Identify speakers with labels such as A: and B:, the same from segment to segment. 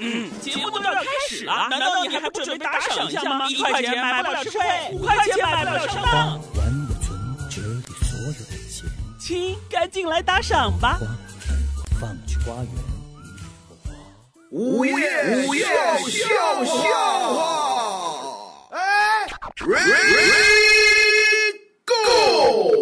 A: 嗯，节目都要开始了，难道你还不准备打赏一下吗？一块钱买不了吃亏，五块钱买不了上
B: 花
A: 当。
B: 完我存折里所有的钱，
A: 亲，赶紧来打赏吧！
B: 花儿放去花园一朵花。
C: 午夜午夜笑笑话，哎，Ready Go！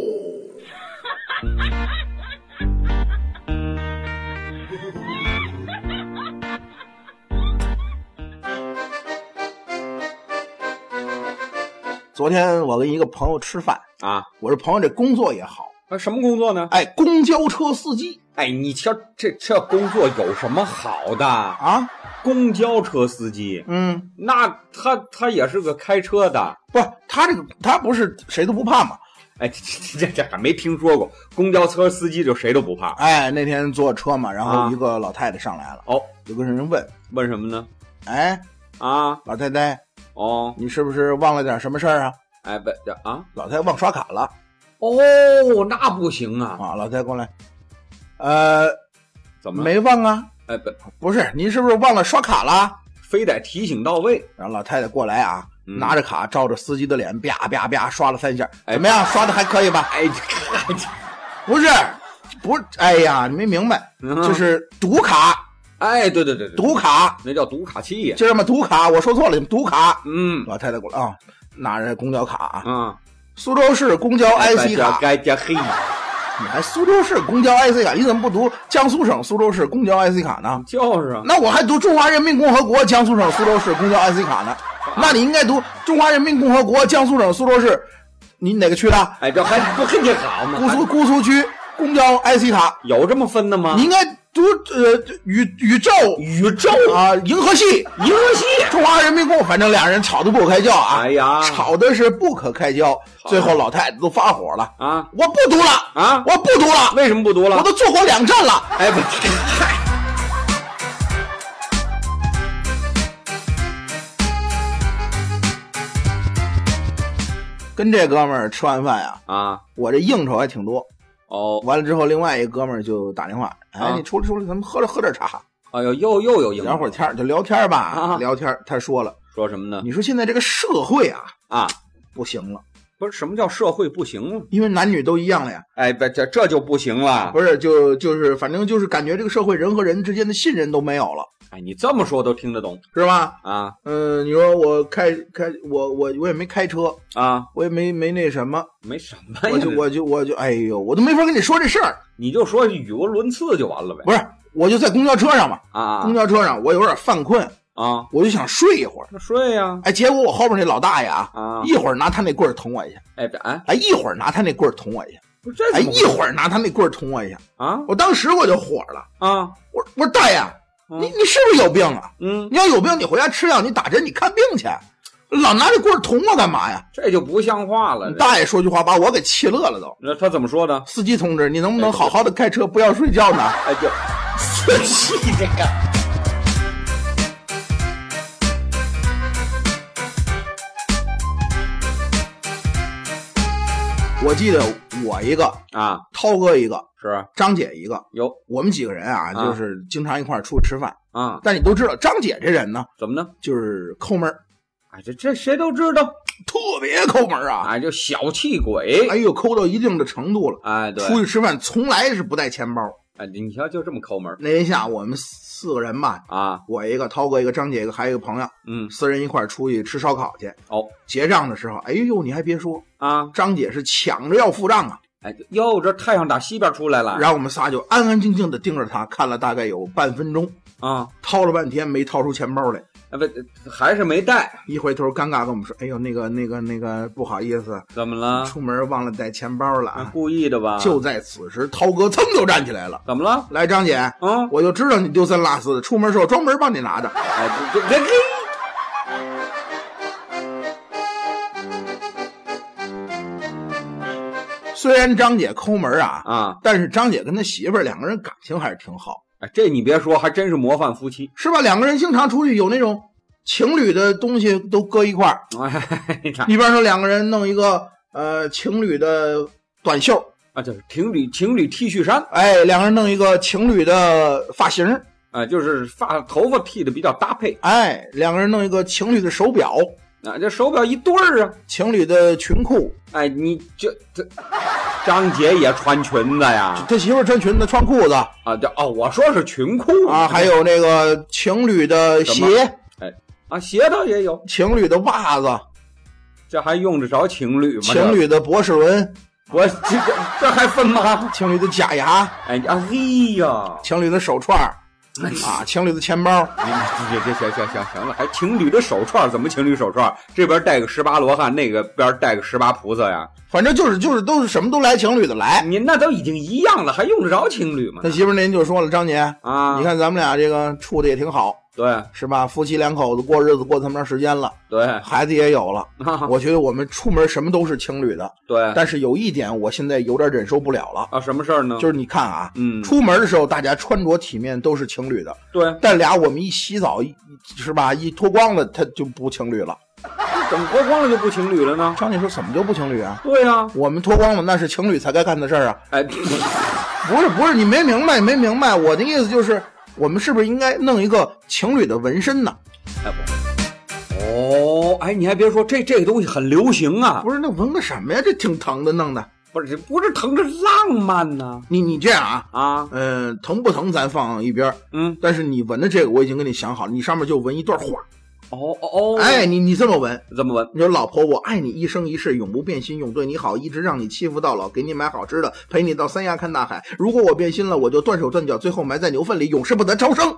D: 昨天我跟一个朋友吃饭，
E: 啊，
D: 我这朋友这工作也好，
E: 啊，什么工作呢？
D: 哎，公交车司机
E: 哎，你瞧，这这工作有什么好的？
D: 啊，
E: 公交车司机，
D: 嗯，
E: 那他他也是个开车的。
D: 不是他这个他不是谁都不怕嘛，
E: 哎，这这这这还没听说过，公交车司机就谁都不怕。
D: 哎，那天坐车嘛，然后
E: 啊
D: 一个老太太上来了，
E: 哦，
D: 就跟人问，
E: 问什么呢？
D: 哎，
E: 啊，
D: 老太太，
E: 哦，
D: 你是不是忘了点什么事儿啊？
E: 哎不这啊，
D: 老太太忘刷卡了
E: 哦，那不行啊，
D: 啊，老太太过来，呃，
E: 怎么了？
D: 没忘啊，
E: 哎不，
D: 不是，您是不是忘了刷卡了？
E: 非得提醒到位。
D: 然后老太太过来啊，
E: 嗯
D: 拿着卡照着司机的脸，啪啪啪刷了三下，
E: 哎
D: 怎么样？刷的还可以吧？
E: 哎，这这
D: 不是，不是，哎呀，你没明白，
E: 嗯
D: 就是读卡，
E: 哎，对对对对，
D: 读卡，
E: 那叫读卡器呀。
D: 就这么读卡，我说错了，读卡。
E: 嗯
D: 老太太过来啊，拿着公交卡啊，
E: 啊哎
D: 苏州市公交 IC 卡，
E: 该加嘿，
D: 你还苏州市公交 IC 卡，你怎么不读江苏省苏州市公交 IC 卡呢？
E: 就是啊，
D: 那我还读中华人民共和国江苏省苏州市公交 IC 卡呢，那你应该读中华人民共和国江苏省苏州市，你哪个区的？
E: 哎，这还不跟你好吗？
D: 姑苏姑苏区公交 IC 卡，
E: 有这么分的吗
D: 你？应该读呃宇宇宙
E: 宇宙
D: 啊，银河系，银河系，中华人民共，反正俩人吵得不可开交啊，
E: 哎呀
D: 吵的是不可开交，最后老太太都发火了，
E: 啊
D: 我不读了，
E: 啊！
D: 我不读了，
E: 为什么不读
D: 我
E: 了？
D: 都坐过两站了。
E: 哎，不， 嗨
D: 跟这哥们儿吃完饭呀、
E: 啊，
D: 我这应酬还挺多，
E: 哦，
D: 完了之后，另外一哥们儿就打电话，哎，
E: 啊
D: 你出来出来，咱们喝着喝点茶，
E: 哎呦，又又有影
D: 聊会儿天儿就聊天儿吧，
E: 啊
D: 聊天儿。他说了，
E: 说什么呢？
D: 你说现在这个社会啊
E: 啊，
D: 不行了，
E: 不是什么叫社会不行了？
D: 因为男女都一样了呀，
E: 哎，不，这这就不行了。
D: 不是就就是反正就是感觉这个社会人和人之间的信任都没有了，
E: 哎，你这么说都听得懂
D: 是吧？
E: 啊
D: 嗯，你说我开开我我我也没开车，
E: 啊，
D: 我也没没那什么，
E: 没什么呀，
D: 我就我就我就哎呦，我都没法跟你说这事儿。
E: 你就说语无伦次就完了呗。
D: 不是，嗯我就在公交车上嘛，
E: 啊
D: 公交车上我有点犯困，
E: 啊，
D: 我就想睡一会儿。
E: 那睡呀
D: 哎，结果我后边那老大爷啊，
E: 啊，
D: 一会儿拿他那棍儿捅我一下，
E: 哎这哎，
D: 哎，一会儿拿他那棍儿捅我一下，
E: 不是这
D: 哎，
E: 怎么
D: 一会儿拿他那棍儿捅我一下。
E: 啊
D: 我当时我就火了，
E: 啊
D: 我我说大爷，
E: 嗯
D: 你你是不是有病啊？
E: 嗯，
D: 你要有病，你回家吃药，你打针，你看病去。老拿这棍儿捅我干嘛呀？
E: 这就不像话了。
D: 你
E: 这
D: 大爷说句话把我给气乐了都。
E: 那他怎么说的？
D: 司机同志，你能不能好好的开车，不要睡觉呢？
E: 哎，就
D: 司机这个。我记得我一个，
E: 啊，
D: 涛哥一个，
E: 是啊
D: 张姐一个，
E: 有
D: 我们几个人啊，
E: 啊
D: 就是经常一块儿出去吃饭。
E: 啊，
D: 但你都知道，张姐这人呢，
E: 怎么呢？
D: 就是抠门儿，
E: 哎，这这谁都知道，
D: 特别抠门儿啊！
E: 哎，就小气鬼。
D: 哎呦，抠到一定的程度了，
E: 哎，对，
D: 出去吃饭从来是不带钱包。
E: 哎，你瞧，就这么抠门儿
D: 那天下午我们四个人吧，
E: 啊，
D: 我一个，涛哥一个，张姐一个，还有一个朋友，
E: 嗯，
D: 四人一块儿出去吃烧烤去。
E: 哦，
D: 结账的时候，哎呦，你还别说，
E: 啊，
D: 张姐是抢着要付账啊。
E: 哎，哟，这太阳打西边出来了，
D: 然后我们仨就安安静静的盯着她，看了大概有半分钟，
E: 啊，
D: 掏了半天没掏出钱包来。
E: 哎不，还是没带，
D: 一回头，尴尬跟我们说：“哎呦，那个、那个、那个，不好意思，
E: 怎么了？
D: 出门忘了带钱包了。
E: 啊
D: 啊。
E: 故意的吧？
D: 就在此时，涛哥噌就站起来了。
E: 怎么了？
D: 来，张姐，
E: 啊，
D: 我就知道你丢三落四的，出门时候专门帮你拿的。
E: 哎，这这这，
D: 虽然张姐抠门啊，
E: 啊，
D: 但是张姐跟她媳妇儿两个人感情还是挺好。
E: 哎，这你别说，还真是模范夫妻。
D: 是吧？两个人经常出去有那种情侣的东西都搁一块儿，
E: 哎，这
D: 你比方说两个人弄一个呃情侣的短袖，
E: 啊，就是情侣情侣 T 恤衫
D: 哎，两个人弄一个情侣的发型，
E: 啊，就是发头发剃的比较搭配
D: 哎，两个人弄一个情侣的手表，
E: 啊，这手表一对儿啊，
D: 情侣的裙裤，
E: 哎，你就这张杰也穿裙子呀，
D: 他媳妇儿穿裙子，穿裤子
E: 啊，这哦，我说是裙裤
D: 啊，还有那个情侣的
E: 什么
D: 鞋，
E: 啊，鞋倒也有，
D: 情侣的袜子，
E: 这还用得着情侣吗？
D: 情侣的博士纹，
E: 这，我这个这还分吗？
D: 情侣的假牙，
E: 哎啊嘿呀，
D: 情侣的手串儿啊，情侣的钱包，
E: 哎这这行行行行了，还情侣的手串儿怎么情侣手串儿？这边带个十八罗汉，那个边带个十八菩萨呀，
D: 反正就是就是都是什么都来情侣的来。
E: 你那都已经一样了，还用得着情侣吗
D: 他？媳妇儿那天就说了，张姐，
E: 啊，
D: 你看咱们俩这个处的也挺好，
E: 对
D: 是吧？夫妻两口子过日子过这么长时间了，
E: 对，
D: 孩子也有了，
E: 啊
D: 我觉得我们出门什么都是情侣的。
E: 对
D: 但是有一点，我现在有点忍受不了了，
E: 啊，什么事儿呢？
D: 就是你看啊，
E: 嗯，
D: 出门的时候大家穿着体面都是情侣的，
E: 对，
D: 但俩我们一洗澡一是吧，一脱光了他就不情侣了。
E: 怎么脱光了就不情侣了呢？
D: 张姐说怎么就不情侣啊？
E: 对呀，
D: 我们脱光了那是情侣才该干的事儿啊！
E: 哎，
D: 不是不是，你没明白没明白，我的意思就是，我们是不是应该弄一个情侣的纹身呢？
E: 哎不，哦，哎，你还别说，这这个东西很流行啊，
D: 不是，那纹个什么呀？这挺疼的，弄的。
E: 不是这不是疼着浪漫呢
D: 你你这样啊，
E: 啊，
D: 嗯、疼不疼咱放一边儿，
E: 嗯，
D: 但是你纹的这个我已经给你想好了，你上面就纹一段话。
E: 哦哦哦，
D: 哎，，你你这么纹，
E: 这么问，
D: 你说老婆，我爱你一生一世，永不变心，永对你好，一直让你欺负到老，给你买好吃的，陪你到三亚看大海。如果我变心了，我就断手断脚，最后埋在牛粪里，永世不得超生。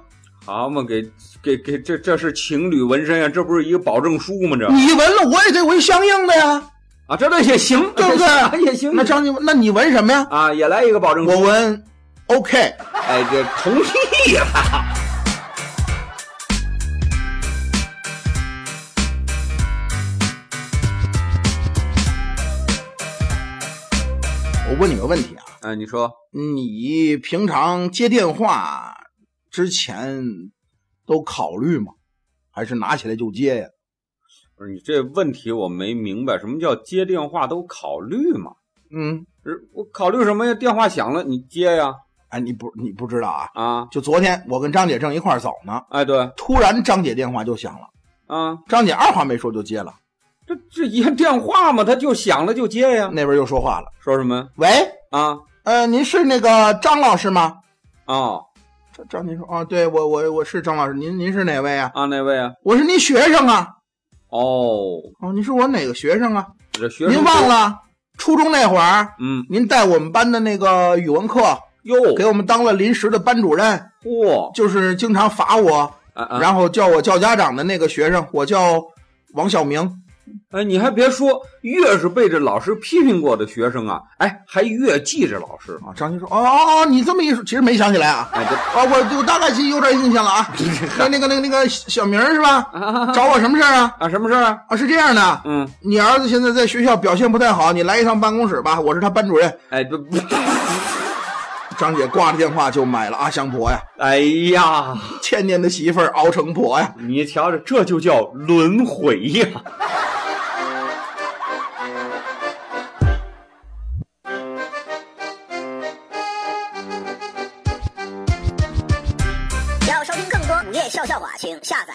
E: 好嘛，给给给，这这是情侣纹身啊，这不是一个保证书吗？这
D: 你纹了，我也得纹相应的呀。
E: 啊，这这也行，
D: 对不对
E: 这行也行，
D: 那张金，那你纹什么呀？
E: 啊，也来一个保证
D: 我
E: 书，
D: 纹 OK。
E: 哎，这同 意呀，
D: 我问你个问题啊，
E: 哎，你说
D: 你平常接电话之前都考虑吗？还是拿起来就接呀？
E: 不是你这问题我没明白，什么叫接电话都考虑嘛？
D: 嗯，
E: 是我考虑什么呀？电话响了，你接呀，
D: 哎，你不你不知道啊？
E: 啊，
D: 就昨天我跟张姐正一块儿走呢，
E: 哎，对，
D: 突然张姐电话就响了，
E: 啊，
D: 张姐二话没说就接了，
E: 这这一电话嘛，他就响了就接呀。
D: 那边又说话了
E: 说什么：“
D: 喂，
E: 啊？
D: 呃，您是那个张老师吗
E: 哦？”
D: 张张姐说：“啊，对我我我是张老师，您您是哪位啊？
E: 啊，那位啊，
D: 我是您学生啊。
E: 哦，
D: 哦，您是我哪个学生啊？
E: 这学生
D: 您忘？了初中那会儿，
E: 嗯，
D: 您带我们班的那个语文课，
E: 哟，
D: 给我们当了临时的班主任，
E: 嚯，
D: 就是经常罚我，
E: 啊啊！
D: 然后叫我叫家长的那个学生，我叫王小明。
E: 哎，你还别说，越是被这老师批评过的学生啊，哎，还越记着老师。
D: 啊，张鑫说：“哦哦哦，你这么一说，其实没想起来啊。”
E: 哎，这
D: 啊，我我大概记有点印象了 啊。那那个那个那个小明儿是吧？
E: 啊
D: 找我什么事儿啊？
E: 啊，什么事儿啊？
D: 啊，是这样的，
E: 嗯，
D: 你儿子现在在学校表现不太好，你来一趟办公室吧，我是他班主任。
E: 哎，不 不，
D: 张姐挂了电话就买了阿香婆呀，
E: 哎呀，
D: 千年的媳妇儿熬成婆呀。
E: 你瞧着，这就叫轮回呀！
F: 要收听更多午夜笑笑话，请下载